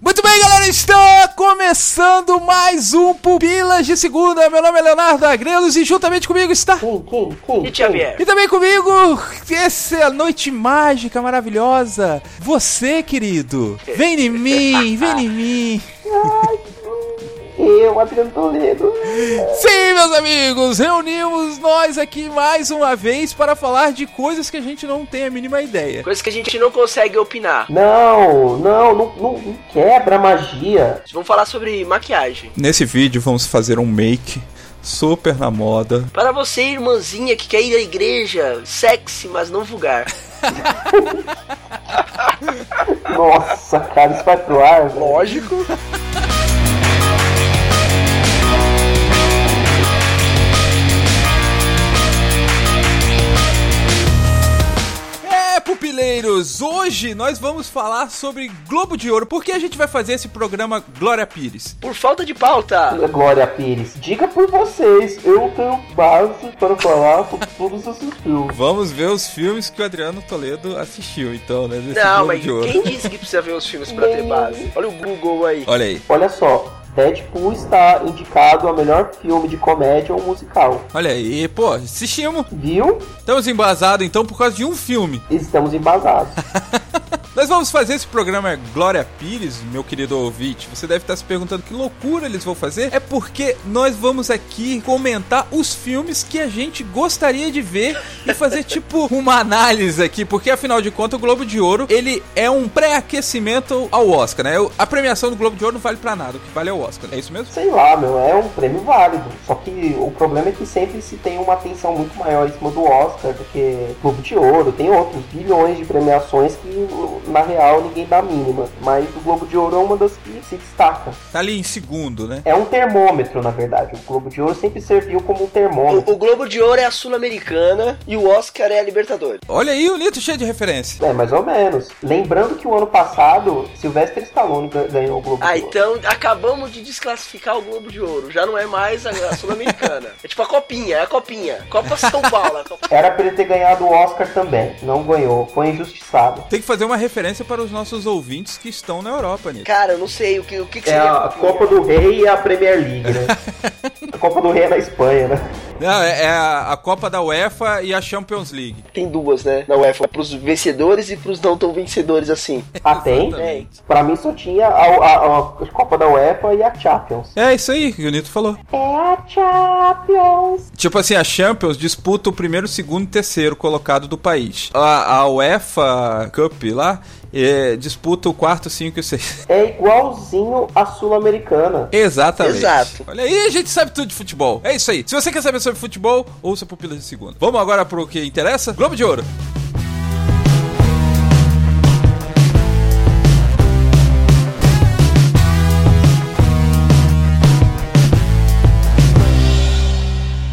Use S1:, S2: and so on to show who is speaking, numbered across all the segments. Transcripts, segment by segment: S1: Muito bem, galera, está começando mais um Pupilas de Segunda. Meu nome é Leonardo Agrelos e juntamente comigo está...
S2: E Xavier?
S1: E também comigo, essa é noite mágica, maravilhosa, você, querido. Vem em mim, vem em mim.
S2: Eu, Adriano Toledo.
S1: Sim, meus amigos, reunimos nós aqui mais uma vez para falar de coisas que a gente não tem a mínima ideia.
S2: Coisa que a gente não consegue opinar.
S3: Não, não, não, não- não quebra a magia.
S2: Vamos falar sobre maquiagem.
S1: Nesse vídeo vamos fazer um make super na moda.
S2: Para você, irmãzinha que quer ir à igreja, sexy, mas não vulgar.
S3: Nossa, cara, isso vai pro ar, velho.
S2: Lógico.
S1: É, pupileiros, hoje nós vamos falar sobre Globo de Ouro. Por que a gente vai fazer esse programa Glória Pires?
S2: Por falta de pauta.
S3: Glória Pires, diga por vocês, eu tenho base para falar sobre todos esses filmes.
S1: Vamos ver os filmes que o Adriano Toledo assistiu, então, né? Desse
S2: Não,
S1: Globo
S2: mas
S1: de Ouro.
S2: quem disse que precisa ver os filmes pra ter base? Olha o Google aí.
S1: Olha aí,
S3: Olha só, Deadpool está indicado a melhor filme de comédia ou musical.
S1: olha aí, pô, assistimos.
S3: Viu?
S1: Estamos embasados então por causa de um filme.
S3: Estamos embasados.
S1: Nós vamos fazer esse programa Glória Pires, meu querido ouvinte. Você deve estar se perguntando que loucura eles vão fazer. É porque nós vamos aqui comentar os filmes que a gente gostaria de ver e fazer tipo uma análise aqui, porque afinal de contas o Globo de Ouro, ele é um pré-aquecimento ao Oscar, né? A premiação do Globo de Ouro não vale pra nada, o que vale é o Oscar. É isso mesmo?
S3: Sei lá, meu, é um prêmio válido. Só que o problema é que sempre se tem uma atenção muito maior em cima do Oscar do que Globo de Ouro. Tem outros bilhões de premiações que, na real, ninguém dá a mínima. Mas o Globo de Ouro é uma das que se destaca.
S1: Tá ali em segundo, né?
S3: É um termômetro, na verdade. O Globo de Ouro sempre serviu como um termômetro.
S2: O, o Globo de Ouro é a Sul-Americana e o Oscar é a Libertadores.
S1: Olha aí o Lito cheio de referência.
S3: É, mais ou menos. Lembrando que o ano passado, Sylvester Stallone gan- ganhou o Globo
S2: Ah,
S3: de Ouro.
S2: então acabamos de desclassificar o Globo de Ouro. Já não é mais a, a Sul-Americana. é tipo a Copinha, é a Copinha. Copa São Paulo. a Copa...
S3: Era pra ele ter ganhado o Oscar também. Não ganhou. Foi injustiçado.
S1: Tem que fazer uma referência para os nossos ouvintes que estão na Europa, Nito.
S2: Cara, eu não sei o que, o que, que
S3: É
S2: seria
S3: a Copa do Rei e a Premier League, né? a Copa do Rei é na Espanha, né?
S1: Não, é, é a, a Copa da UEFA e a Champions League.
S2: Tem duas, né? Na UEFA, pros vencedores e pros não tão vencedores assim.
S3: Ah, tem?
S1: Exatamente.
S3: Pra mim só tinha a, a- a Copa da UEFA e a Champions.
S1: É isso aí que o Nito falou.
S3: É a Champions.
S1: Tipo assim, a Champions disputa o primeiro, segundo e terceiro colocado do país. A, a UEFA Cup lá é, disputa o quarto, cinco e o seis.
S3: É igualzinho a Sul-Americana.
S1: Exatamente.
S2: Exato.
S1: Olha aí, a gente sabe tudo de futebol. É isso aí. Se você quer saber sobre futebol, ouça Pupilas de Segunda. Vamos agora pro que interessa? Globo de Ouro.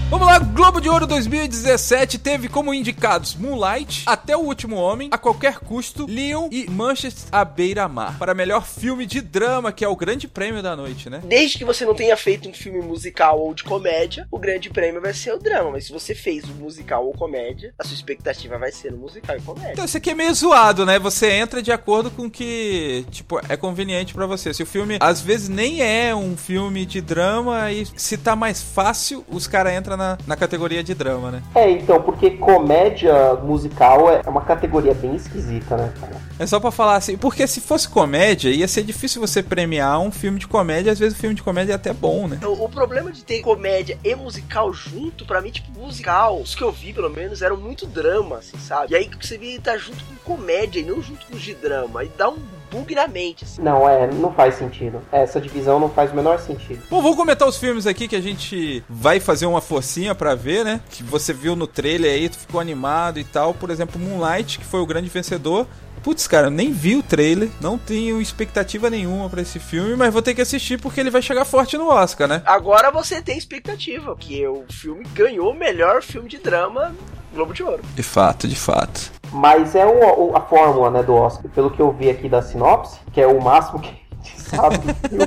S1: Vamos lá, Globo de Ouro 2017 teve como indicados Moonlight, Até o Último Homem, A Qualquer Custo, Leon e Manchester à Beira-Mar. Para melhor filme de drama, que é o grande prêmio da noite, né?
S2: Desde que você não tenha feito um filme musical ou de comédia, o grande prêmio vai ser o drama. Mas se você fez o musical ou comédia, a sua expectativa vai ser no musical e comédia.
S1: Então isso aqui é meio zoado, né? Você entra de acordo com o que, tipo, é conveniente pra você. Se o filme, às vezes, nem é um filme de drama, e se tá mais fácil, os caras entram na, na categoria de drama, né?
S3: É, então, porque comédia musical é uma categoria bem esquisita, né, cara?
S1: É só pra falar assim, porque se fosse comédia, ia ser difícil você premiar um filme de comédia, às vezes o filme de comédia é até bom, né?
S2: Então, o problema de ter comédia e musical junto, pra mim, tipo, musical, os que eu vi, pelo menos, eram muito drama, assim, sabe? E aí que você vê tá junto com comédia e não junto com os de drama. E dá um bug na mente. Assim.
S3: Não, é, não faz sentido. Essa divisão não faz o menor sentido.
S1: Bom, vou comentar os filmes aqui que a gente vai fazer uma forcinha pra ver, né? Que você viu no trailer aí, tu ficou animado e tal. Por exemplo, Moonlight, que foi o grande vencedor. Putz, cara, eu nem vi o trailer, não tenho expectativa nenhuma pra esse filme, mas vou ter que assistir porque ele vai chegar forte no Oscar, né?
S2: Agora você tem expectativa, que é o filme ganhou o melhor filme de drama Globo de Ouro.
S1: De fato, de fato.
S3: Mas é o- o- a fórmula né, do Oscar, pelo que eu vi aqui da sinopse, que é o máximo que a gente sabe do filme.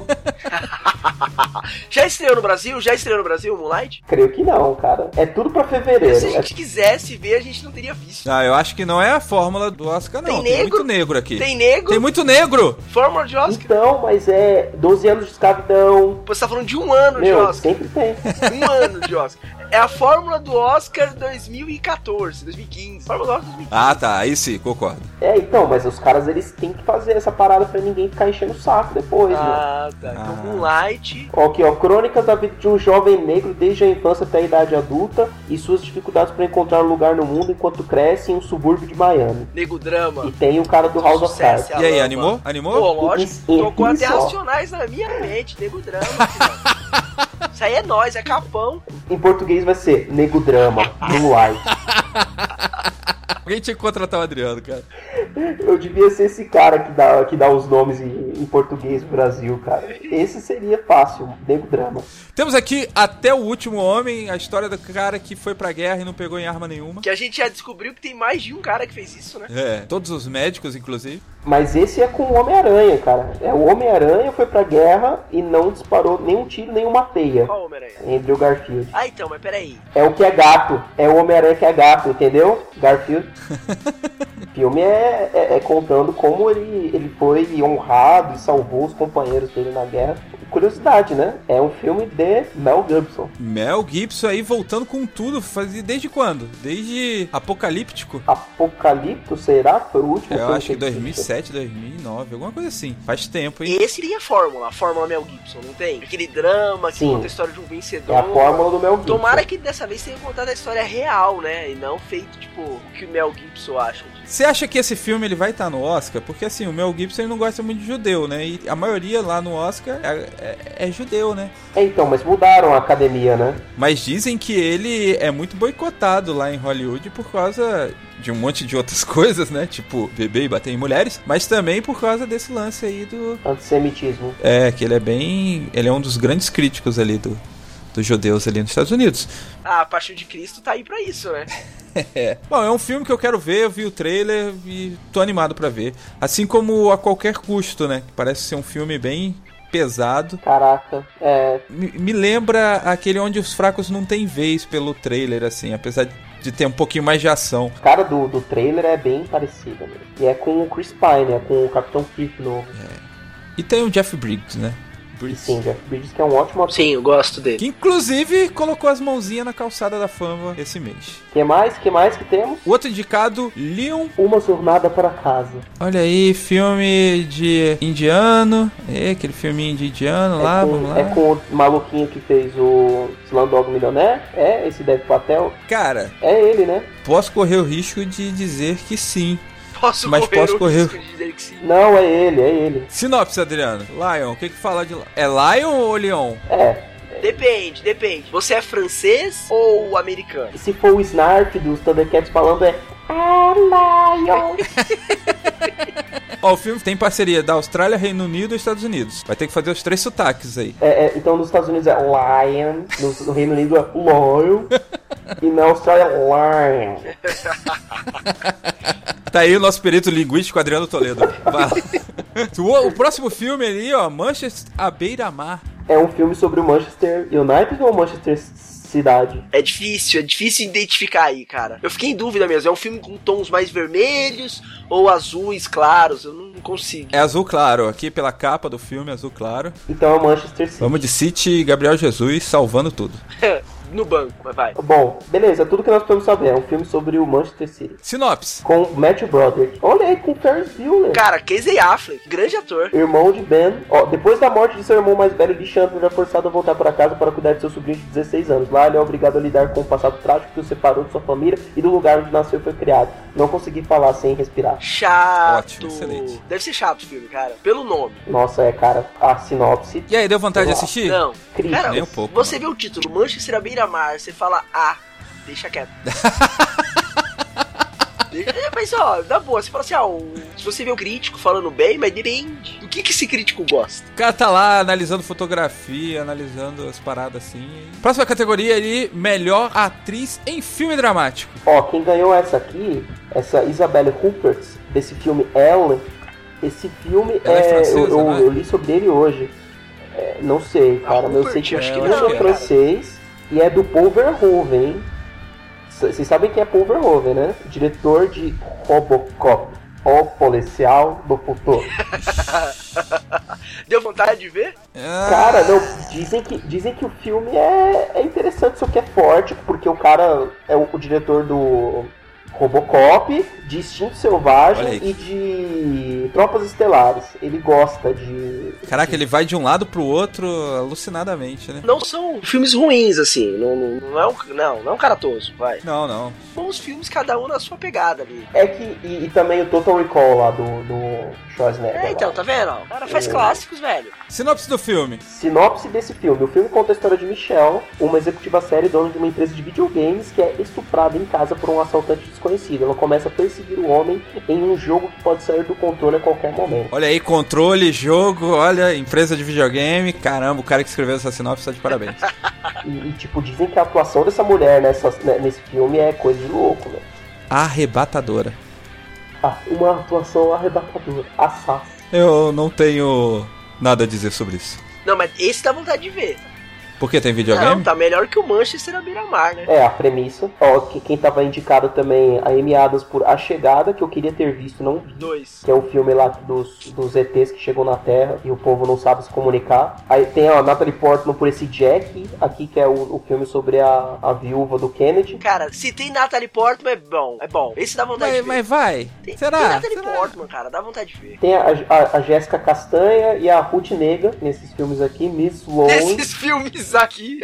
S2: Já estreou no Brasil? Já estreou no Brasil, Moonlight?
S3: Creio que não, cara. É tudo pra
S2: Se a
S3: fevereiro. É-
S2: gente quisesse ver, a gente não teria visto.
S1: Ah, eu acho que não é a fórmula do Oscar, não.
S2: Tem
S1: Tem,
S2: negro?
S1: muito negro aqui.
S2: Tem nego,
S1: Tem muito negro!
S2: fórmula de Oscar.
S3: Então, mas é 12 anos de escravidão.
S2: Você tá falando de um ano de
S3: Meu,
S2: Oscar.
S3: sempre tem.
S2: Um ano de Oscar. É a fórmula do Oscar 2014, 2015. Fórmula do Oscar 2015.
S1: Ah, tá, aí sim, concordo.
S3: É, então, mas os caras eles têm que fazer essa parada pra ninguém ficar enchendo o saco depois, né?
S2: Ah, tá. Então,
S1: Ah.
S2: Moonlight.
S3: Ó, Aqui, ó, crônicas da vida de um jovem negro desde a infância até a idade adulta e suas dificuldades pra encontrar um lugar no mundo enquanto cresce em um subúrbio de Miami.
S2: Nego
S3: E
S2: Drama.
S3: tem o cara do House of
S2: Sucesso,
S3: Cards.
S1: e aí,
S2: Alamba.
S1: animou? Animou?
S2: Pô, lógico,
S3: Isso,
S2: tocou
S3: isso,
S2: até
S3: ó.
S2: Racionais na minha mente, nego drama. filho. Isso aí é nós, é capão.
S3: Em português vai ser Nego Drama, Blue Eye.
S1: Alguém tinha que contratar o Adriano, cara.
S3: Eu devia ser esse cara que dá, que dá os nomes em, em português do Brasil, cara. Esse seria fácil, Nego Drama.
S1: Temos aqui Até o Último Homem, a história do cara que foi pra guerra e não pegou em arma nenhuma.
S2: Que a gente já descobriu que tem mais de um cara que fez isso, né?
S1: É, todos os médicos, inclusive.
S3: Mas esse é com o Homem-Aranha, cara. É, o Homem-Aranha foi pra guerra e não disparou nenhum tiro, nenhuma teia.
S2: Qual Homem-Aranha?
S3: Andrew Garfield.
S2: Ah, então, mas peraí.
S3: É o que é gato. É o Homem-Aranha que é gato, entendeu? Garfield. O filme é, é- é contando como ele, ele foi honrado e salvou os companheiros dele na guerra. Curiosidade, né? É um filme de Mel Gibson.
S1: Mel Gibson aí voltando com tudo, fazia desde quando? Desde Apocalíptico?
S3: Apocalipto, será? Foi o último
S1: Eu
S3: filme
S1: acho que
S3: ele fez.
S1: 2007, 2009, alguma coisa assim. Faz tempo, hein?
S2: Esse tem a fórmula, a fórmula Mel Gibson, não tem? Aquele drama que
S3: Sim.
S2: conta a história de um
S3: É a
S2: vencedor.
S3: fórmula do Mel Gibson.
S2: Tomara que dessa vez tenha contado a história real, né? E não feito, tipo, o que o Mel Gibson acha disso.
S1: Você acha que esse filme ele vai estar no Oscar? Porque assim, o Mel Gibson ele não gosta muito de judeu, né? E a maioria lá no Oscar é, é- é judeu, né?
S3: É, então, mas mudaram a academia, né?
S1: Mas dizem que ele é muito boicotado lá em Hollywood por causa de um monte de outras coisas, né? Tipo, beber e bater em mulheres, mas também por causa desse lance aí do.
S3: Antissemitismo.
S1: É, que ele é bem. Ele é um dos grandes críticos ali do. Dos judeus ali nos Estados Unidos.
S2: Ah, a Paixão de Cristo tá aí pra isso, né?
S1: É. Bom, é um filme que eu quero ver, eu vi o trailer e tô animado pra ver. Assim como A Qualquer Custo, né? Que parece ser um filme bem pesado.
S3: Caraca. É,
S1: Me, me lembra aquele onde os fracos não têm vez pelo trailer, assim, apesar de ter um pouquinho mais de ação.
S3: o cara do, do trailer é bem parecido. Né? E é com o Chris Pine, é com o Capitão Kirk novo.
S1: É, E tem o Jeff Briggs, né?
S3: E
S1: Briggs.
S3: sim, Jeff Bridges que é um ótimo ator.
S2: Sim, eu gosto dele.
S1: Que inclusive colocou as mãozinhas na calçada da fama esse mês.
S3: Que mais? Que mais que temos?
S1: O outro indicado, Leon.
S3: Uma jornada para casa.
S1: Olha aí, filme de indiano. É, aquele filminho de indiano lá,
S3: é,
S1: vamos
S3: com,
S1: lá.
S3: é com o maluquinho que fez o Slumdog Millionaire? É, esse Dev Patel?
S1: Cara,
S3: É ele, né?
S1: posso correr o risco de dizer que sim.
S2: Posso
S1: Mas
S2: correr
S1: posso
S2: o
S1: correr.
S2: risco de dizer que sim.
S3: Não, é ele, é ele.
S1: Sinopse, Adriano. Lion, o que que fala de... É Lion ou Leon?
S3: É.
S2: Depende, depende. Você é francês ou americano?
S3: E se for o Snarf dos Thundercats falando é... Ah, Lion!
S1: Ó, o filme tem parceria da Austrália, Reino Unido e Estados Unidos. Vai ter que fazer os três sotaques aí.
S3: É, é, então nos Estados Unidos é Lion, no, no Reino Unido é Lion, e na Austrália é Lion.
S1: Tá aí o nosso perito linguístico Adriano Toledo. Vai lá. o, o próximo filme ali, ó, Manchester à beira-mar.
S3: É um filme sobre o Manchester United ou Manchester Cidade?
S2: É difícil, é difícil identificar aí, cara. Eu fiquei em dúvida mesmo. É um filme com tons mais vermelhos ou azuis claros? Eu não consigo.
S1: É azul claro, aqui pela capa do filme, azul claro.
S3: Então é o Manchester City. É.
S1: Vamos de City e Gabriel Jesus salvando tudo.
S2: no banco, mas vai.
S3: Bom, beleza, tudo que nós podemos saber é um filme sobre o Manchester City.
S1: Sinopse.
S3: Com Matthew Broderick. Olha aí, com Ferris Bueller.
S2: Cara, Casey Affleck, grande ator.
S3: Irmão de Ben, ó, depois da morte de seu irmão mais velho, Lishandro é forçado a voltar para casa para cuidar de seu sobrinho de 16 anos. Lá ele é obrigado a lidar com o passado trágico que o separou de sua família e do lugar onde nasceu e foi criado. Não consegui falar sem respirar.
S2: Chato.
S1: Ótimo, excelente.
S2: Deve ser chato esse filme, cara. Pelo nome.
S3: Nossa, é, cara, a sinopse.
S1: E aí, deu vontade de
S3: Olá.
S1: assistir?
S2: Não.
S3: Crítica.
S2: Cara,
S1: Nem um pouco,
S2: você vê o título, Manchester à beira-mar, você fala, ah, deixa quieto. É, Mas ó, na boa, você fala assim, ah, o- se você vê o crítico falando bem, mas depende. Do que, que esse crítico gosta?
S1: O cara tá lá analisando fotografia, analisando as paradas assim. Próxima categoria ali, melhor atriz em filme dramático.
S3: Ó, quem ganhou essa aqui, essa Isabelle Huppert, desse filme Ellen, esse filme
S1: Ela é francesa,
S3: eu, eu-
S1: não é?
S3: eu li sobre ele hoje. É, não sei,
S2: Ah,
S3: cara, mas eu sei
S2: Huppert,
S3: que
S2: acho
S1: que
S3: ele
S1: não,
S3: é
S1: cara.
S3: francês e é do Paul Verhoeven, hein? C- Vocês sabem quem é Paul Verhoeven, né? Diretor de Robocop, o policial do futuro.
S2: Deu vontade de ver?
S1: Ah,
S3: Cara, não, dizem que, dizem que o filme é, é interessante, só que é forte, porque o cara é o, o diretor do Robocop, de Instinto
S1: Olha
S3: Selvagem
S1: aí.
S3: e de Tropas Estelares. Ele gosta de.
S1: caraca, ele vai de um lado pro outro alucinadamente, né?
S2: Não são filmes ruins, assim. Não, não, não é um, não, não é um caratoso, vai.
S1: Não, não.
S2: Bons filmes, cada um na sua pegada ali.
S3: É que. E, e também o Total Recall lá do, do Schwarzenegger.
S2: É, então,
S3: lá.
S2: tá vendo? ó? O cara faz clássicos, velho.
S1: Sinopse do filme.
S3: Sinopse desse filme. O filme conta a história de Michelle, uma executiva série dona de uma empresa de videogames que é estuprada em casa por um assaltante desconhecido. Ela começa a perseguir o homem em um jogo que pode sair do controle a qualquer momento.
S1: Olha aí, controle, jogo, olha, empresa de videogame. Caramba, o cara que escreveu essa sinopse tá de parabéns.
S3: E, e, tipo, dizem que a atuação dessa mulher nessa, né, nesse filme é coisa de louco, né?
S1: Arrebatadora.
S3: Ah, uma atuação arrebatadora, assassa.
S1: Eu não tenho nada a dizer sobre isso.
S2: Não, mas esse dá vontade de ver.
S1: Por que tem
S2: Não,
S1: videogame?
S2: tá melhor que o Manchester à beira-mar, né?
S3: É a premissa. Ó, que, quem tava indicado também a Amy Adams por A Chegada, que eu queria ter visto, não vi.
S2: Dois.
S3: Que é o filme lá dos, dos ETs que chegou na Terra e o povo não sabe se comunicar. Aí tem ó, a Natalie Portman por esse Jack, aqui que é o, o filme sobre a, a viúva do Kennedy.
S2: Cara, se tem Natalie Portman, é bom. É bom. Esse dá vontade
S1: Mas,
S2: de ver.
S1: mas vai.
S2: Tem, tem
S1: Será?
S2: Natalie
S1: Será?
S2: Portman, cara. Dá vontade de ver.
S3: Tem a, a, a Jéssica Castanha e a Ruth Negra nesses filmes aqui. Miss Sloan.
S2: Esses filmes aqui.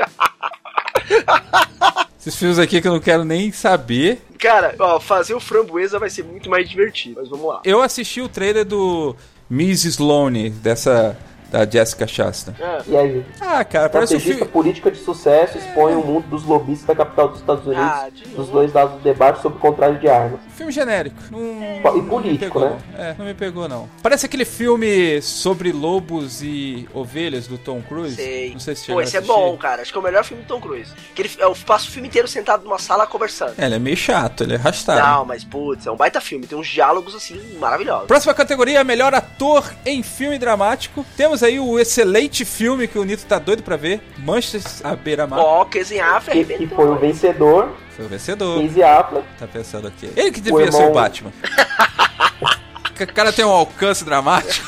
S1: Esses filmes aqui que eu não quero nem saber.
S2: Cara, ó, fazer o framboesa vai ser muito mais divertido. Mas vamos lá.
S1: Eu assisti o trailer do Miss Sloane, dessa. da Jessica Shasta.
S2: Ah,
S3: E aí?
S1: Ah, cara,
S2: Tá
S1: parece um
S3: Estrategista
S1: filme.
S3: política de sucesso expõe o mundo dos lobistas da capital dos Estados Unidos
S2: Ah, de
S3: dos
S2: novo.
S3: dois lados do debate sobre o contrato de armas.
S1: Filme genérico. Não,
S3: E
S1: não me
S3: político,
S1: pegou,
S3: né?
S1: não. É, não me pegou, não. Parece aquele filme sobre lobos e ovelhas do Tom Cruise.
S2: sei.
S1: Não sei se
S2: Pô,
S1: chegou a
S2: esse é
S1: assistir.
S2: bom, cara. Acho que é o melhor filme do Tom Cruise. Que ele, eu passo o filme inteiro sentado numa sala conversando.
S1: É, ele é meio chato, ele é arrastado.
S2: Não, mas putz, é um baita filme. Tem uns diálogos assim maravilhosos.
S1: Próxima categoria, melhor ator em filme dramático. Temos aí o excelente filme que o Nito tá doido pra ver, Manchester à beira-mar.
S2: Ó, Casey Affleck
S3: Que, que foi o
S2: arrebentou.
S3: vencedor,
S1: Foi o vencedor,
S3: Casey Affleck.
S1: tá pensando aqui. Ele que devia
S3: irmão-
S1: ser o Batman. o cara tem um alcance dramático.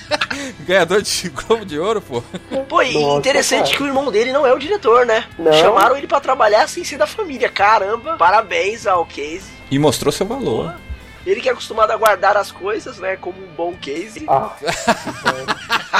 S1: Ganhador de Globo de Ouro, pô.
S2: Pô, e
S3: Nossa,
S2: interessante
S3: cara.
S2: que o irmão dele não é o diretor, né?
S3: Não.
S2: Chamaram ele pra trabalhar sem ser da família. Caramba, parabéns ao Casey.
S1: E mostrou seu valor.
S2: Ele que é acostumado a guardar as coisas, né? Como um bom Casey.
S3: Ah,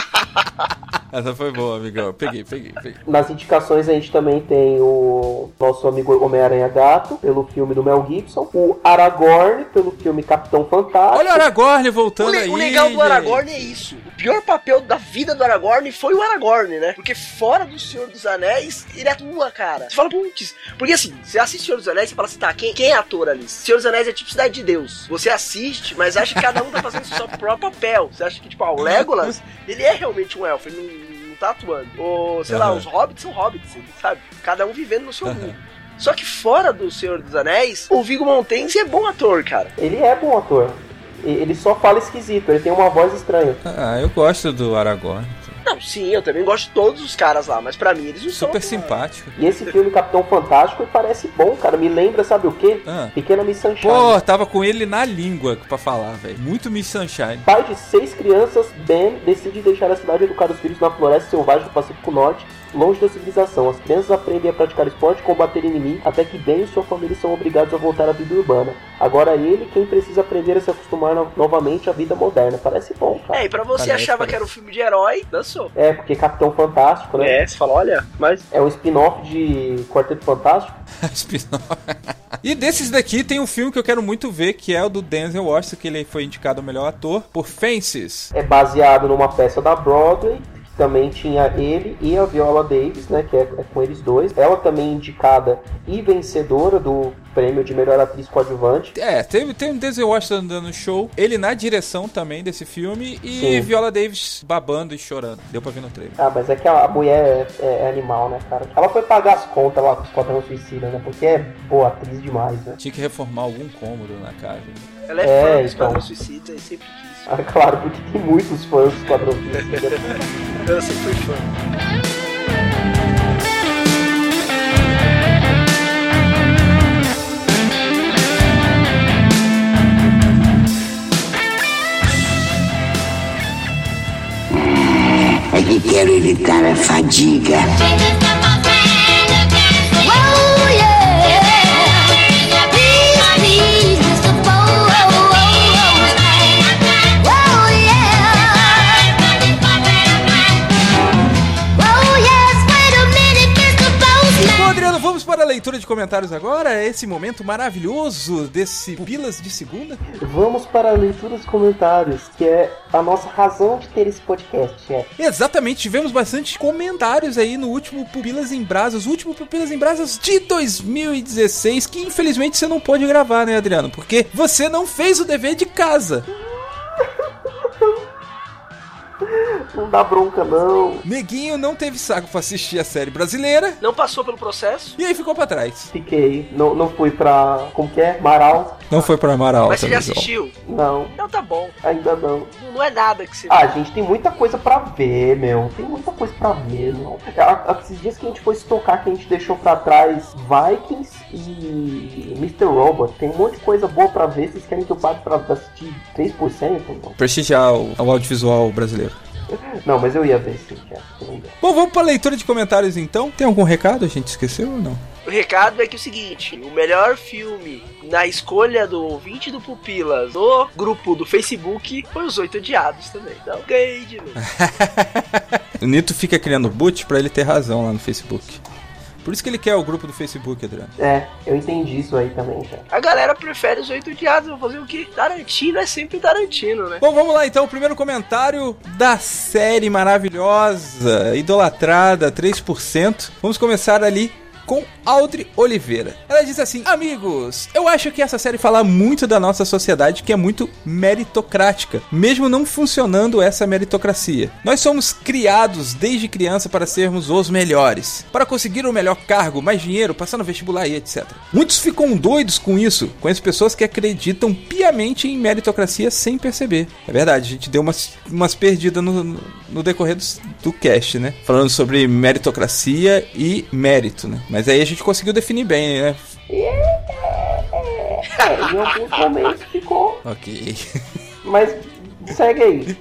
S1: Essa foi boa, amigão. Peguei, peguei, peguei.
S3: nas indicações a gente também tem o nosso amigo Homem-Aranha Gato, pelo filme do Mel Gibson. O Aragorn, pelo filme Capitão Fantástico.
S1: Olha o Aragorn
S2: Ah, O,
S1: voltando
S2: le-
S1: aí.
S2: o legal do
S1: gente.
S2: Aragorn é isso. O pior papel da vida do Aragorn foi o Aragorn, né? Porque fora do Senhor dos Anéis, ele atua, cara. Você fala, putz. Porque assim, você assiste Senhor dos Anéis e fala assim, tá, quem, quem é ator ali? Senhor dos Anéis é tipo Cidade de Deus. Você assiste, mas acha que cada um tá fazendo o seu próprio papel. Você acha que, tipo, ah, o Legolas, ele é realmente um elfo, ele não, não tá atuando. Ou, sei lá,
S1: Aham.
S2: os hobbits são hobbits, sabe? Cada um vivendo no seu mundo. Só que fora do Senhor dos Anéis, o Viggo Mortensen é bom ator, cara.
S3: Ele é bom ator. E- Ele só fala esquisito, ele tem uma voz estranha.
S1: Ah, eu gosto do Aragorn.
S2: Não, sim, eu também gosto de todos os caras lá, mas pra mim eles não
S1: Super
S2: são.
S1: simpático.
S3: E esse filme Capitão Fantástico parece bom, cara. Me lembra, sabe o quê?
S1: Ah.
S3: Pequena Miss Sunshine.
S1: Pô, tava com ele na língua pra falar, velho. Muito Miss Sunshine.
S3: Pai de seis crianças, Ben decide deixar a cidade e educar os filhos na floresta selvagem do Pacífico Norte longe da civilização. As crianças aprendem a praticar esporte, combater inimigo, até que Ben e sua família são obrigados a voltar à vida urbana. Agora ele quem precisa aprender a se acostumar no- novamente à vida moderna. Parece bom, cara.
S2: É, e pra você
S1: Parece,
S2: achava
S1: parece.
S2: que era um filme de herói, dançou.
S3: É, porque Capitão Fantástico, né?
S2: É, você fala, olha, mas
S3: É um spin-off de Quarteto Fantástico.
S1: Spin-off. e desses daqui tem um filme que eu quero muito ver, que é o do Denzel Washington, que ele foi indicado ao melhor ator por Fences.
S3: É baseado numa peça da Broadway. que Também tinha ele e a Viola Davis, né? Que é, é com eles dois. Ela também é indicada e vencedora do prêmio de melhor atriz coadjuvante.
S1: É, teve, tem um Denzel Washington dando show, ele na direção também desse filme e
S3: Sim.
S1: Viola Davis babando e chorando. Deu pra ver no trailer.
S3: Ah, mas é que a mulher é, é- é animal, né, cara? Ela foi pagar as contas lá com os Esquadrão Suicida, né? Porque é boa atriz demais, né?
S1: Tinha que reformar algum cômodo na casa.
S2: ela é,
S3: É,
S2: fã do
S3: então.
S2: Esquadrão Suicida e sempre quis.
S3: Ah, claro, porque tem muitos fãs do Esquadrão Suicida. né?
S2: Eu sempre fui fã.
S4: É que quero evitar a fadiga.
S1: Bom, Adriano, vamos para a leitura de comentários agora. É Esse momento maravilhoso desse Pupilas de Segunda.
S3: Vamos para a leitura dos comentários, que é a nossa razão de ter esse podcast. É
S1: Exatamente, tivemos bastante comentários aí no último Pupilas em Brasas, o último Pupilas em Brasas de 2016, que infelizmente você não pôde gravar, né, Adriano? Porque você não fez o dever de casa.
S3: não dá bronca, não.
S1: Neguinho não teve saco pra assistir a série brasileira
S2: Não passou pelo processo,
S1: e aí ficou pra trás.
S3: Fiquei, não, não fui pra. Como que é? Marau?
S1: Não foi pra Amaral,
S2: mas você já assistiu.
S3: Não,
S2: Então tá bom.
S3: ainda não.
S2: Não é nada que você.
S3: Ah, gente, tem muita coisa pra ver, meu. Tem muita coisa pra ver, meu. É, A- a- Esses dias que a gente foi se tocar, que a gente deixou pra trás Vikings e Mr. Robot. Tem um monte de coisa boa pra ver. Vocês querem que eu pague pra assistir 3%? Não,
S1: Prestigiar o, o audiovisual brasileiro.
S3: não mas eu ia ver sim, cara. Eu ia.
S1: Bom, vamos pra leitura de comentários então. Tem algum recado? A gente esqueceu ou não?
S2: O recado é que é o seguinte: o melhor filme na escolha do ouvinte do Pupilas no grupo do Facebook foi Os Oito Odiados também. Então ganhei de novo.
S1: O Nito fica criando boot pra ele ter razão lá no Facebook. Por isso que ele quer o grupo do Facebook, Adriano.
S3: É, eu entendi isso aí também, cara.
S2: A galera prefere Os Oito Odiados, vão fazer o quê? Tarantino é sempre Tarantino, né?
S1: Bom, vamos lá então. O primeiro comentário da série maravilhosa, idolatrada, 3%. Vamos começar ali com Audrey Oliveira. Ela diz assim: Amigos, eu acho que essa série fala muito da nossa sociedade que é muito meritocrática, mesmo não funcionando essa meritocracia. Nós somos criados desde criança para sermos os melhores, para conseguir o melhor cargo, mais dinheiro, passar no vestibular e etc. Muitos ficam doidos com isso, conheço pessoas que acreditam piamente em meritocracia sem perceber. É verdade, a gente deu umas, umas perdidas no, no- no decorrer do, do cast, né? Falando sobre meritocracia e mérito, né? Mas aí a gente conseguiu definir bem, né?
S3: É, em alguns momentos ficou.
S1: Ok.
S3: Mas segue aí.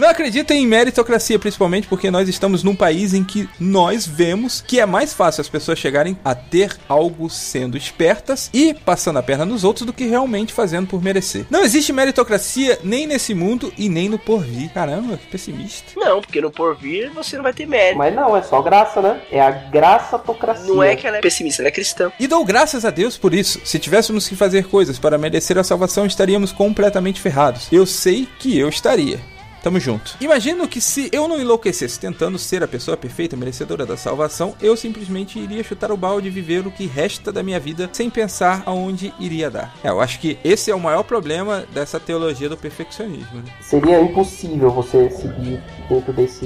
S1: Não acreditem em meritocracia, principalmente porque nós estamos num país em que nós vemos que é mais fácil as pessoas chegarem a ter algo sendo espertas e passando a perna nos outros do que realmente fazendo por merecer. Não existe meritocracia nem nesse mundo e nem no porvir. Caramba, que pessimista.
S2: Não, porque no porvir você não vai ter mérito.
S3: Mas não, é só graça, né? É a graçatocracia.
S2: Não é que ela é pessimista, ela é cristã.
S1: E dou graças a Deus por isso. Se tivéssemos que fazer coisas para merecer a salvação, estaríamos completamente ferrados. Eu sei que eu estaria. Tamo junto. Imagino que se eu não enlouquecesse tentando ser a pessoa perfeita, merecedora da salvação, eu simplesmente iria chutar o balde e viver o que resta da minha vida sem pensar aonde iria dar. É, eu acho que esse é o maior problema dessa teologia do perfeccionismo. Né?
S3: Seria impossível você seguir dentro desse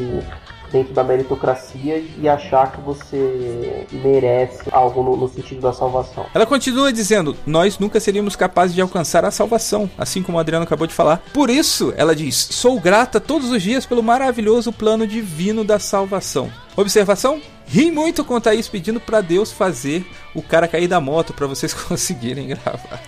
S3: dentro da meritocracia e achar que você merece algo no, no sentido da salvação.
S1: Ela continua dizendo: Nós nunca seríamos capazes de alcançar a salvação, assim como o Adriano acabou de falar. Por isso, ela diz: Sou grata todos os dias pelo maravilhoso plano divino da salvação. Observação? Ri muito com o Thaís pedindo pra Deus fazer o cara cair da moto pra vocês conseguirem gravar.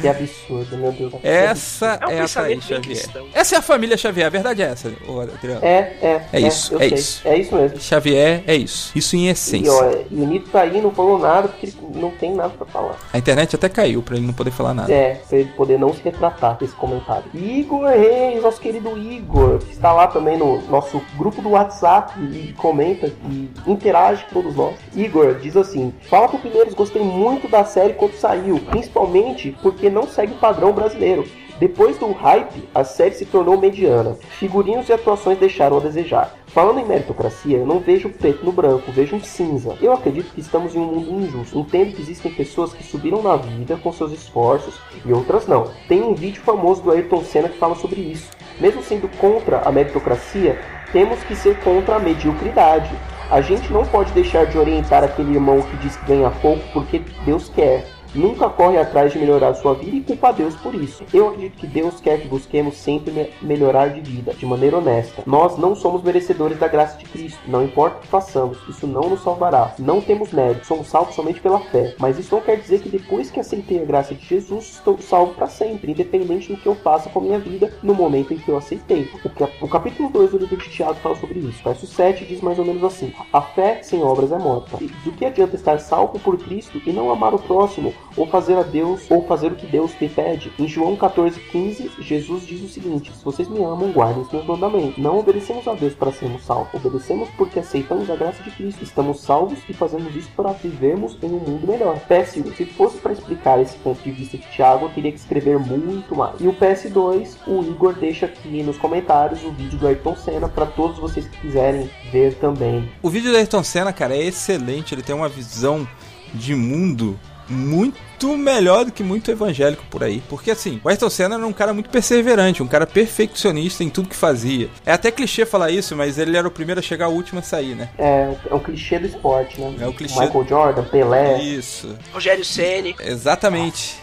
S3: Que absurdo, meu Deus.
S1: Essa
S2: É um
S1: é, a
S2: pensamento
S1: Thaís
S2: bem
S1: Xavier.
S2: cristão.
S1: Essa é a família Xavier, a verdade é essa, ô, Adriano.
S3: É, é.
S1: É isso,
S3: eu
S1: é
S3: sei.
S1: isso.
S3: É isso mesmo.
S1: Xavier é isso. Isso em
S3: E
S1: essência.
S3: olha, e o Nito tá aí, não falou nada, porque ele não tem nada pra falar.
S1: A internet até caiu pra ele não poder falar nada.
S3: É, pra ele poder não se retratar desse comentário. Igor Reis, nosso querido Igor, que está lá também no nosso grupo do WhatsApp e comenta e interage com todos nós. Igor diz assim: Fala pro Pineiros, gostei muito da série quando saiu, principalmente porque não segue o padrão brasileiro. Depois do hype, a série se tornou mediana. Figurinhos e atuações deixaram a desejar. Falando em meritocracia, eu não vejo preto no branco, vejo um cinza. Eu acredito que estamos em um mundo injusto. Entendo que existem pessoas que subiram na vida com seus esforços e outras não. Tem um vídeo famoso do Ayrton Senna que fala sobre isso. Mesmo sendo contra a meritocracia, temos que ser contra a mediocridade. A gente não pode deixar de orientar aquele irmão que diz que ganha pouco porque Deus quer. Nunca corre atrás de melhorar sua vida e culpa Deus por isso. Eu acredito que Deus quer que busquemos sempre me- melhorar de vida, de maneira honesta. Nós não somos merecedores da graça de Cristo, não importa o que façamos, isso não nos salvará. Não temos mérito, somos salvos somente pela fé. Mas isso não quer dizer que depois que aceitei a graça de Jesus, estou salvo para sempre, independente do que eu faça com a minha vida no momento em que eu aceitei. O, cap- o capítulo 2 do livro de Tiago fala sobre isso. Verso 7 diz mais ou menos assim: A fé sem obras é morta. E Do que adianta estar salvo por Cristo e não amar o próximo, ou fazer a Deus, ou fazer o que Deus me pede? Em João 14,15, Jesus diz o seguinte: Se vocês me amam, guardem os meus mandamentos. Não obedecemos a Deus para sermos salvos, obedecemos porque aceitamos a graça de Cristo. Estamos salvos e fazemos isso para vivermos em um mundo melhor. PS1, se fosse para explicar esse ponto de vista de Tiago, eu teria que escrever muito mais. E o PS2, o Igor deixa aqui nos comentários o vídeo do Ayrton Senna para todos vocês que quiserem ver também.
S1: O vídeo do Ayrton Senna, cara, é excelente. Ele tem uma visão de mundo muito melhor do que muito evangélico por aí. Porque assim, o Ayrton Senna era um cara muito perseverante, um cara perfeccionista em tudo que fazia. É até clichê falar isso, mas ele era o primeiro a chegar, o último a sair, né?
S3: É, é um clichê do esporte, né?
S1: É o clichê.
S3: Michael Jordan, Pelé.
S1: Isso,
S2: Rogério Ceni.
S1: exatamente.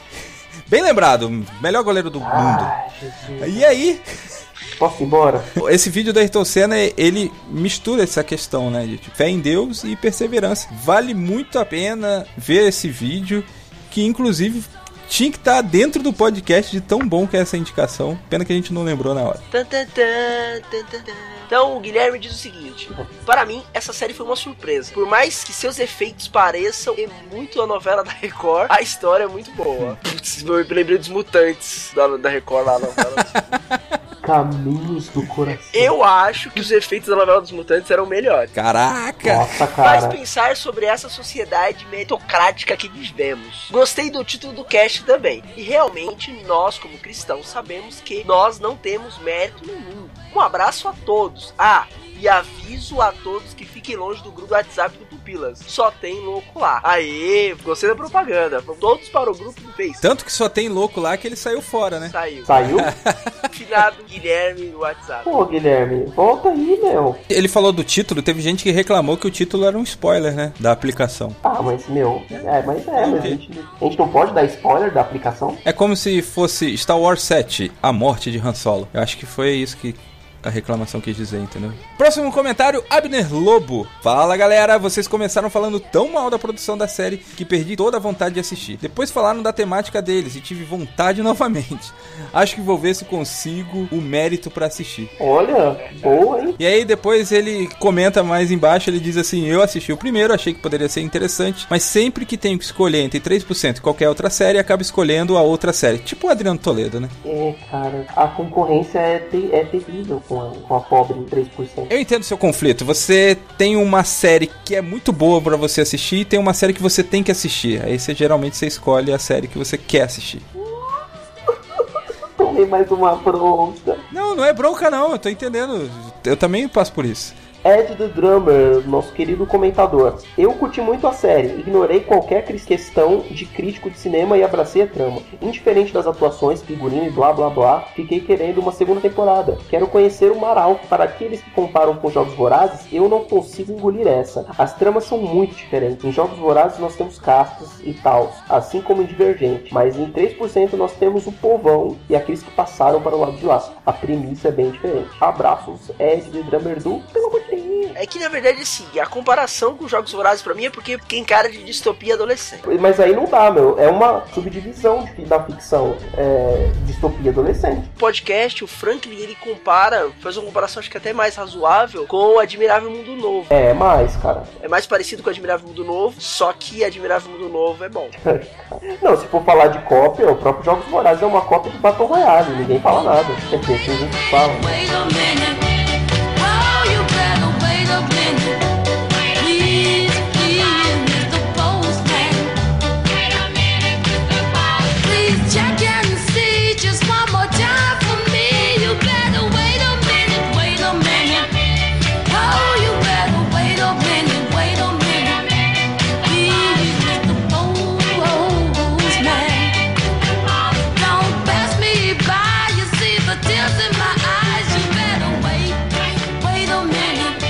S1: Bem lembrado, melhor goleiro do mundo.
S3: Ah, Jesus.
S1: E aí,
S3: Posso ir embora?
S1: Esse vídeo da Ayrton Senna, ele mistura essa questão, né? De fé em Deus e perseverança. Vale muito a pena ver esse vídeo, que inclusive tinha que estar dentro do podcast de tão bom que é essa indicação. Pena que a gente não lembrou na hora.
S2: Tan, tan, tan, tan, tan, tan. Então o Guilherme diz o seguinte: Para mim, essa série foi uma surpresa. Por mais que seus efeitos pareçam e muito a novela da Record, a história é muito boa. Putz, eu lembrei dos mutantes da, da Record lá, a novela dos
S3: Caminhos do coração.
S2: Eu acho que os efeitos da novela dos mutantes eram melhores.
S1: Caraca!
S3: Nossa,
S2: Faz
S3: cara.
S2: pensar sobre essa sociedade meritocrática que vivemos. Gostei do título do cast também. E realmente, nós, como cristãos, sabemos que nós não temos mérito nenhum. Um abraço a todos. Ah, e aviso a todos que fiquem longe do grupo do WhatsApp do Pupilas. Só tem louco lá. Aê, gostei da propaganda. Todos para o grupo do Face.
S1: Tanto que só tem louco lá que ele saiu fora, né?
S2: Saiu.
S3: Saiu?
S2: Finado Guilherme no WhatsApp.
S3: Pô, Guilherme, volta aí, meu.
S1: Ele falou do título, teve gente que reclamou que o título era um spoiler, né? Da aplicação.
S3: Ah, mas, meu. É, mas é, mas a gente, a gente não pode dar spoiler da aplicação?
S1: É como se fosse Star Wars 7, A Morte de Han Solo. Eu acho que foi isso que a reclamação quis dizer, entendeu? Próximo comentário, Abner Lobo. Fala galera, vocês começaram falando tão mal da produção da série que perdi toda a vontade de assistir. Depois falaram da temática deles e tive vontade novamente. Acho que vou ver se consigo o mérito pra assistir.
S3: Olha, boa, hein?
S1: E aí depois ele comenta mais embaixo, ele diz assim: "Eu assisti o primeiro, achei que poderia ser interessante, mas sempre que tenho que escolher entre 3% e qualquer outra série, acabo escolhendo a outra série". Tipo o Adriano Toledo, né?
S3: É, cara, a concorrência é, te- é terrível com a, com a pobre 3%.
S1: Eu entendo seu conflito. Você tem uma série que é muito boa pra você assistir e tem uma série que você tem que assistir. Aí você geralmente você escolhe a série que você quer assistir.
S3: Tomei mais uma pronta.
S1: Não, não é bronca não, eu tô entendendo. Eu também passo por isso.
S3: Ed the Drummer, nosso querido comentador. Eu curti muito a série, ignorei qualquer cris- questão de crítico de cinema e abracei a trama. Indiferente das atuações, figurino e blá blá blá, fiquei querendo uma segunda temporada. Quero conhecer o Marau. Para aqueles que comparam com Jogos Vorazes, eu não consigo engolir essa. As tramas são muito diferentes. Em Jogos Vorazes nós temos castas e tal, assim como em Divergente, mas em 3% nós temos o povão e aqueles que passaram para o lado de lá. A premissa é bem diferente. Abraços, Ed the Drummer do pelo amor de Deus.
S2: É que na verdade, assim, a comparação com os Jogos Vorazes pra mim é porque tem cara de distopia adolescente.
S3: Mas aí não dá, meu. É uma subdivisão de- da ficção é, distopia adolescente.
S2: No podcast, o Franklin ele compara, faz uma comparação acho que até mais razoável com o Admirável Mundo Novo.
S3: É, mais, cara.
S2: É mais parecido com o Admirável Mundo Novo, só que Admirável Mundo Novo é bom.
S3: Não, se for falar de cópia, o próprio Jogos Vorazes é uma cópia do Battle Royale. Ninguém fala nada. Quer dizer, tem gente que fala. né?
S5: Wait a minute. Oh, you better wait a minute. Please, please, Mr. Postman. Please check and see just one more time for me. You better wait a minute, wait a minute. Oh, you better wait a minute, wait a minute. Please, Mr. Postman. Don't pass me by. You see the tears in my eyes. You better wait, wait a minute.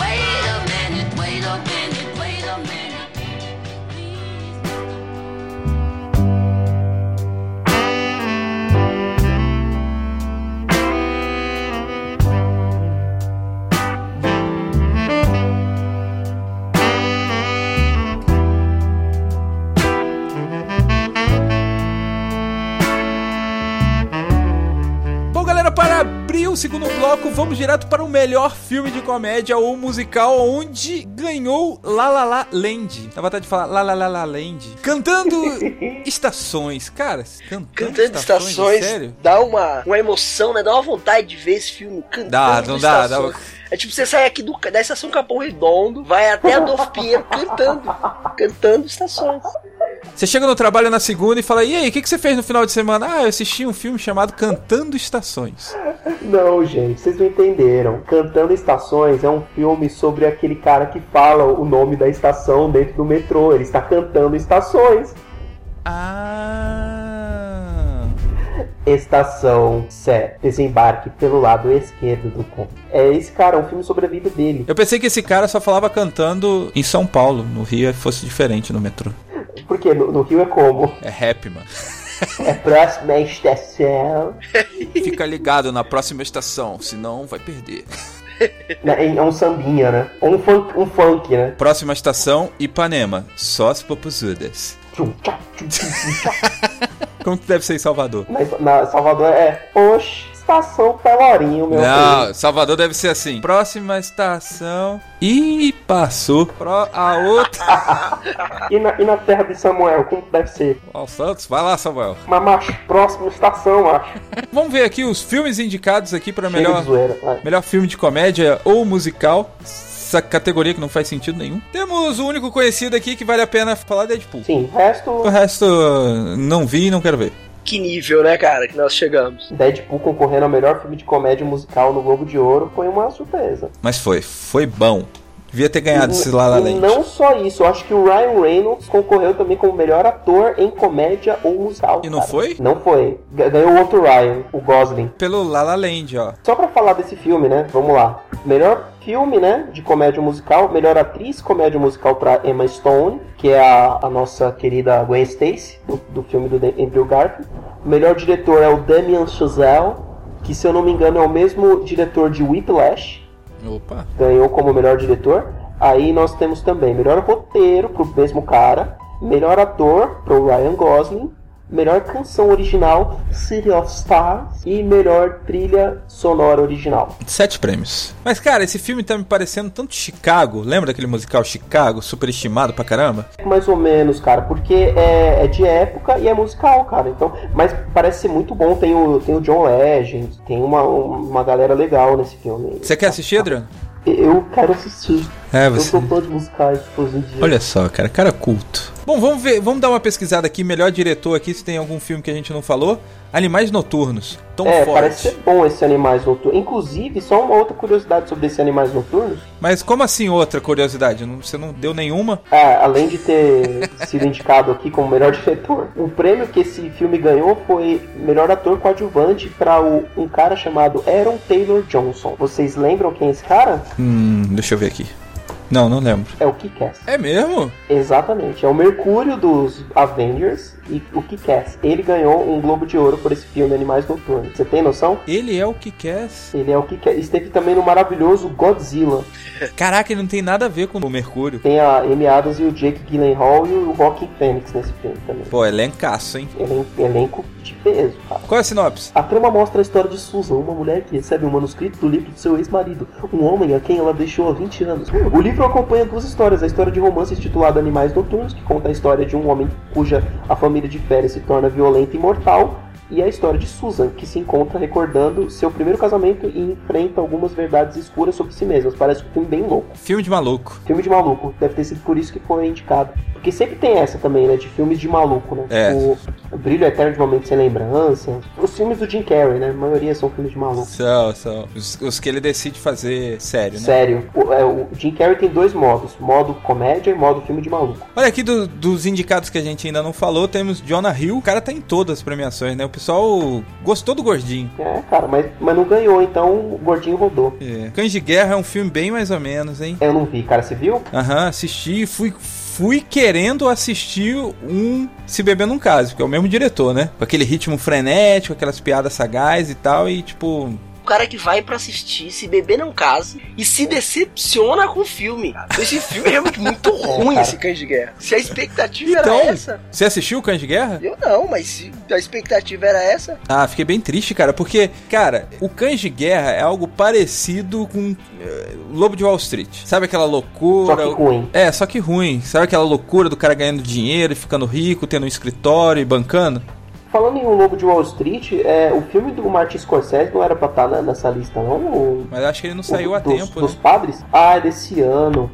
S5: Wait a minute. Wait a minute. Wait a minute. Please.
S1: Bom, galera, para abrir o segundo bloco, vamos direto para o melhor filme de comédia ou musical, onde ganhou La La La Land. Dá vontade de falar La La La La Land. Cantando estações, cara. Cantando, é
S2: Cantando Estações
S1: tá Sério?
S2: dá uma, uma emoção, né? Dá uma vontade de ver esse filme cantando
S1: Dá, não dá, dá.
S2: Estações. É tipo, você sai aqui do, da Estação Capão Redondo, vai até Adolfo Pinheiro cantando, cantando Estações.
S1: Você chega no trabalho na segunda e fala: E aí, o que, que você fez no final de semana? Ah, eu assisti um filme chamado Cantando Estações.
S3: Não, gente, vocês não entenderam. Cantando Estações é um filme sobre aquele cara que fala o nome da estação dentro do metrô. Ele está cantando estações.
S1: Ah.
S3: Estação Sé, desembarque pelo lado esquerdo do ponto. É esse cara, é um filme sobre a vida dele.
S1: Eu pensei que esse cara só falava cantando em São Paulo. No Rio fosse diferente no metrô.
S3: Porque no, no Rio é como?
S1: É rap, mano.
S3: É próxima estação.
S1: Fica ligado na próxima estação, senão vai perder.
S3: É é um sambinha, né? Ou um funk, um funk né?
S1: Próxima estação, Ipanema. Só as popuzudas.
S3: Tchum, tchá, tchum, tchum, tchum, tchá.
S1: Como que deve ser em Salvador?
S3: Na, na Salvador é. Oxe, estação Pelourinho, meu filho.
S1: Não, Salvador deve ser assim. Próxima estação. E passou. Pro a outra.
S3: E na, e na terra de Samuel, como deve ser?
S1: Ó, o Santos, vai lá, Samuel.
S3: Mas, macho, próxima estação, acho.
S1: Vamos ver aqui os filmes indicados aqui para
S3: Chega
S1: É melhor
S3: de zoeira. vai.
S1: Melhor filme de comédia ou musical. Essa categoria que não faz sentido nenhum. Temos o único conhecido aqui que vale a pena falar Deadpool.
S3: Sim, resto,
S1: O resto não vi e não quero ver.
S2: Que nível, né, cara, que nós chegamos.
S3: Deadpool concorrendo ao melhor filme de comédia musical no Globo de Ouro foi uma surpresa.
S1: Mas foi, foi bom. Devia ter ganhado esse
S3: E-
S1: La La
S3: e
S1: Land.
S3: não só isso, eu acho que o Ryan Reynolds concorreu também como melhor ator em comédia ou musical.
S1: E não
S3: cara.
S1: foi?
S3: Não foi. Ga- Ganhou outro Ryan, o Gosling.
S1: Pelo La La Land, ó.
S3: Só pra falar desse filme, né? Vamos lá. Melhor filme, né? De comédia musical. Melhor atriz comédia musical pra Emma Stone, que é a, a nossa querida Gwen Stacy, do, do filme do Dan- Andrew Garfield. Melhor diretor é o Damien Chazelle, que se eu não me engano é o mesmo diretor de Whiplash
S1: Opa.
S3: ganhou como melhor diretor. Aí nós temos também melhor roteiro pro mesmo cara, melhor ator pro Ryan Gosling, melhor canção original City of Stars e melhor trilha sonora original.
S1: Sete prêmios. Mas, cara, esse filme tá me parecendo tanto Chicago. Lembra daquele musical Chicago, superestimado pra caramba?
S3: Mais ou menos, cara, porque é, é de época e é musical, cara. Então, mas parece ser muito bom. Tem o, tem o John Legend, tem uma, uma galera legal nesse filme.
S1: Você quer assistir, Adriano?
S3: Eu quero assistir.
S1: É,
S3: Eu
S1: você.
S3: sou fã de musicais hoje em dia.
S1: Olha só, cara, cara culto. Bom, vamos ver, vamos dar uma pesquisada aqui, melhor diretor aqui, se tem algum filme que a gente não falou. Animais Noturnos, Tom
S3: É,
S1: Ford.
S3: parece ser bom esse Animais Noturnos. Inclusive, só uma outra curiosidade sobre esse Animais Noturnos.
S1: Mas como assim outra curiosidade? Não- Você não deu nenhuma?
S3: É, além de ter sido indicado aqui como melhor diretor, o prêmio que esse filme ganhou foi melhor ator coadjuvante para um cara chamado Aaron Taylor Johnson. Vocês lembram quem é esse cara?
S1: Hum, deixa eu ver aqui. Não, não lembro.
S3: É o Kick-Ass.
S1: É mesmo?
S3: Exatamente. É o Mercúrio dos Avengers e o que quer. Ele ganhou um Globo de Ouro por esse filme Animais Noturnos. Você tem noção?
S1: Ele é o que quer.
S3: Ele é o que quer. Esteve também no maravilhoso Godzilla.
S1: Caraca, ele não tem nada a ver com o Mercúrio.
S3: Tem a Amy Adams e o Jake Gyllenhaal e o Joaquin Phoenix nesse filme também.
S1: Pô, elencaço, hein?
S3: Elen- Elenco de peso, cara.
S1: Qual é a sinopse?
S3: A trama mostra a história de Susan, uma mulher que recebe um manuscrito do livro de seu ex-marido, um homem a quem ela deixou há 20 anos. O livro acompanha duas histórias, a história de romance intitulada Animais Noturnos, que conta a história de um homem cuja a família de férias se torna violenta e mortal, e a história de Susan, que se encontra recordando seu primeiro casamento e enfrenta algumas verdades escuras sobre si mesma. Parece um filme bem louco.
S1: Filme de maluco.
S3: Filme de maluco, deve ter sido por isso que foi indicado. Porque sempre tem essa também, né? De filmes de maluco, né?
S1: É.
S3: Tipo, Brilho Eterno de Momento Sem Lembrança. Os filmes do Jim Carrey, né? A maioria são filmes de maluco.
S1: São, são. Os, os que ele decide fazer sério, né?
S3: Sério. O, é, o Jim Carrey tem dois modos: modo comédia e modo filme de maluco.
S1: Olha aqui do- dos indicados que a gente ainda não falou, temos Jonah Hill. O cara tá em todas as premiações, né? O pessoal gostou do gordinho.
S3: É, cara, mas, mas não ganhou, então o gordinho rodou.
S1: É. Cães de Guerra é um filme bem mais ou menos, hein?
S3: Eu não vi, cara, você viu?
S1: Aham, assisti e fui, fui querendo assistir um Se Beber Num Caso, porque é o mesmo diretor, né? Com aquele ritmo frenético, aquelas piadas sagaz e tal, e tipo...
S2: O cara que vai pra assistir, se beber não casa e se decepciona com o filme. Esse filme é realmente muito ruim, esse Cães de Guerra. Se a expectativa
S1: Então,
S2: era essa,
S1: você assistiu Cães de Guerra?
S2: eu não, mas se a expectativa era essa,
S1: Ah, fiquei bem triste, cara, porque, cara, o Cães de Guerra é algo parecido com eh, Lobo de Wall Street. Sabe aquela
S3: Só
S1: loucura?
S3: que ruim.
S1: É, só que ruim. Sabe aquela loucura do cara ganhando dinheiro e ficando rico, tendo um escritório e bancando?
S3: Falando em um Lobo de Wall Street, é, o filme do Martin Scorsese não era pra estar na- nessa lista, não? O-
S1: Mas eu acho que ele não saiu
S3: o-
S1: a
S3: dos,
S1: tempo,
S3: Dos
S1: né?
S3: padres? Ah, é desse ano.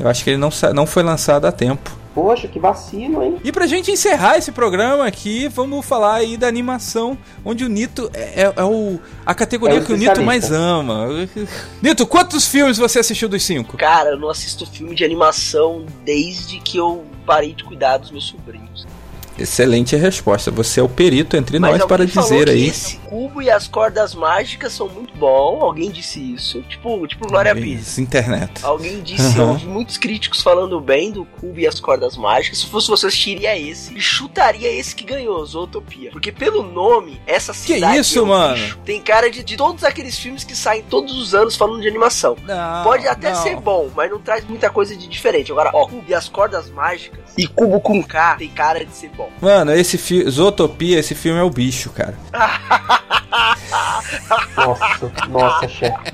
S1: Eu acho que ele não, sa- não foi lançado a tempo.
S3: Poxa, que vacilo, hein?
S1: E pra gente encerrar esse programa aqui, vamos falar aí da animação, onde o Nito é, é- é o, a categoria
S3: É o
S1: que o Nito mais
S3: especialista.
S1: ama. Nito, quantos filmes você assistiu dos cinco?
S2: cara, eu não assisto filme de animação desde que eu parei de cuidar dos meus sobrinhos.
S1: Excelente resposta. Você é o perito entre
S2: Mas
S1: nós
S2: alguém
S1: para
S2: falou
S1: dizer
S2: que
S1: aí.
S2: Esse cubo e as cordas mágicas são muito bom. Alguém disse isso. Tipo, tipo Glória Pires.
S1: Isso, Internet.
S2: Alguém disse,
S1: Aham.
S2: eu ouvi muitos críticos falando bem do Cubo e as Cordas Mágicas. Se fosse você, eu assistiria esse e chutaria esse que ganhou, Zootopia. Porque pelo nome, essa cidade
S1: isso,
S2: é um
S1: mano?
S2: lixo. tem cara de, de todos aqueles filmes que saem todos os anos falando de animação.
S1: Ah,
S2: Pode até ser bom, mas não traz muita coisa de diferente. Agora, ó, Cubo e as Cordas Mágicas e Cubo com K tem cara de ser bom.
S1: Mano, esse filme. Zootopia, esse filme é o bicho, cara.
S3: Nossa, nossa, chefe.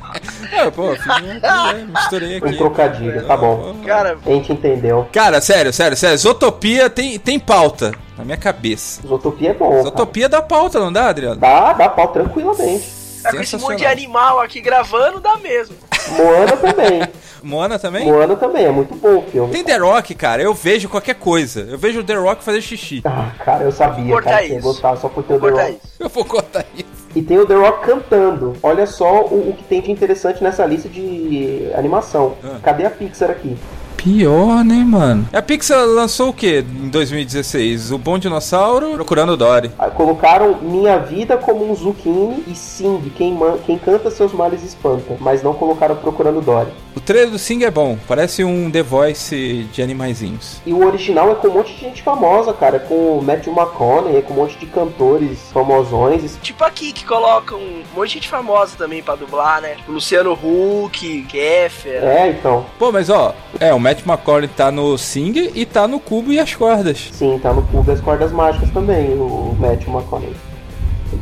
S1: É, pô, fiz um aqui, né? misturei aqui.
S3: Um trocadilho, tá bom.
S2: Cara,
S3: A gente entendeu.
S1: Cara, sério, sério, sério. Zootopia tem, tem pauta na minha cabeça.
S3: Zootopia é bom. cara.
S1: Zootopia dá pauta, não dá, Adriano?
S3: Dá, dá pau tranquilamente.
S2: tá com esse monte de
S1: Sensacional.
S2: animal aqui gravando, dá mesmo.
S3: Moana também.
S1: Moana também?
S3: Moana também, é muito bom o filme.
S1: Tem The Rock, cara. Eu vejo qualquer coisa. Eu vejo o The Rock fazer xixi.
S3: Ah, cara, eu sabia,
S2: Corta
S3: cara, que ia
S2: isso.
S3: gostar só por ter o The
S2: Corta
S3: Rock.
S2: isso.
S1: Eu vou contar isso.
S3: E tem o The Rock cantando. Olha só o, o que tem de interessante nessa lista de animação.
S1: Ah.
S3: Cadê a Pixar aqui?
S1: Pior, né, mano? A Pixar lançou o que em 2016? O Bom Dinossauro procurando Dory.
S3: Ah, Colocaram Minha Vida como um Zucchini e Sing, quem, man- quem canta seus males espanta, mas não colocaram Procurando Dory.
S1: O trailer do Sing é bom. Parece um The Voice de animaizinhos.
S3: E o original é com um monte de gente famosa, cara. É com o Matthew McConaughey, é com um monte de cantores famosões.
S2: Tipo aqui, que colocam um monte de gente famosa também pra dublar, né? Tipo Luciano Huck, Geffer.
S3: É, então.
S1: Pô, mas ó, é, o Matt McCorley tá no Sing e tá no Cubo e as Cordas.
S3: Sim, tá no clube das cordas mágicas também, o Matthew McConaughey.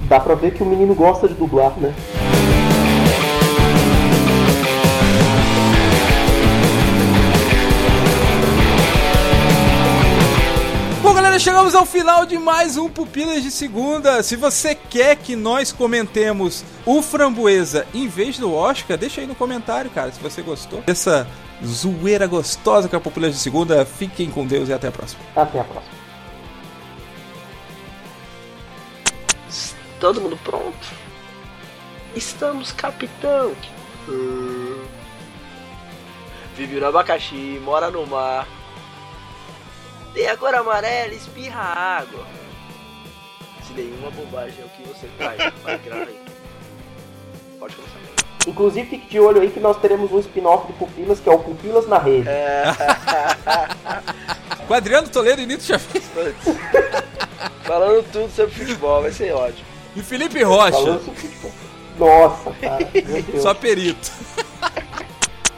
S3: Dá pra ver que o menino gosta de dublar, né?
S1: Bom, galera, chegamos ao final de mais um Pupilas de Segunda. Se você quer que nós comentemos o Framboesa em vez do Oscar, deixa aí no comentário, cara, se você gostou dessa zoeira gostosa que é a Pupilas de Segunda. Fiquem com Deus e até a próxima.
S3: Até a próxima.
S2: Todo mundo pronto? Estamos, capitão. Hum. Vive no abacaxi, mora no mar. Tem a cor amarela, espirra água. Se nenhuma bobagem é o que você faz, vai grave. Pode começar.
S3: Inclusive, fique de olho aí que nós teremos um spin-off de Pupilas, que é o Pupilas na Rede.
S1: Com Adriano Toledo e Nito Xavier.
S2: Falando tudo sobre futebol, vai ser ótimo.
S1: E Felipe Rocha,
S3: Falando sobre futebol. Nossa, cara. Meu Deus.
S1: só perito.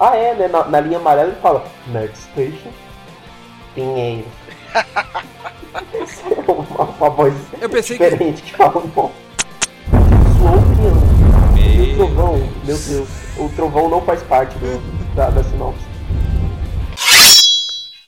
S3: Ah, é, né? Na, na linha amarela ele fala Nerd Station, Pinheiro. É uma, uma voz
S1: Eu pensei que-
S3: diferente que, fala bom. Suou o piano. E o trovão, meu Deus, o trovão não faz parte do, da, da sinopse.